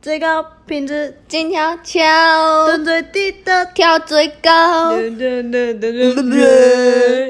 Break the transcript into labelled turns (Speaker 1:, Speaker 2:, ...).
Speaker 1: 最高品质，
Speaker 2: 金条桥
Speaker 1: 蹲最低的。
Speaker 2: 跳最高。
Speaker 1: 噔噔噔噔噔噔。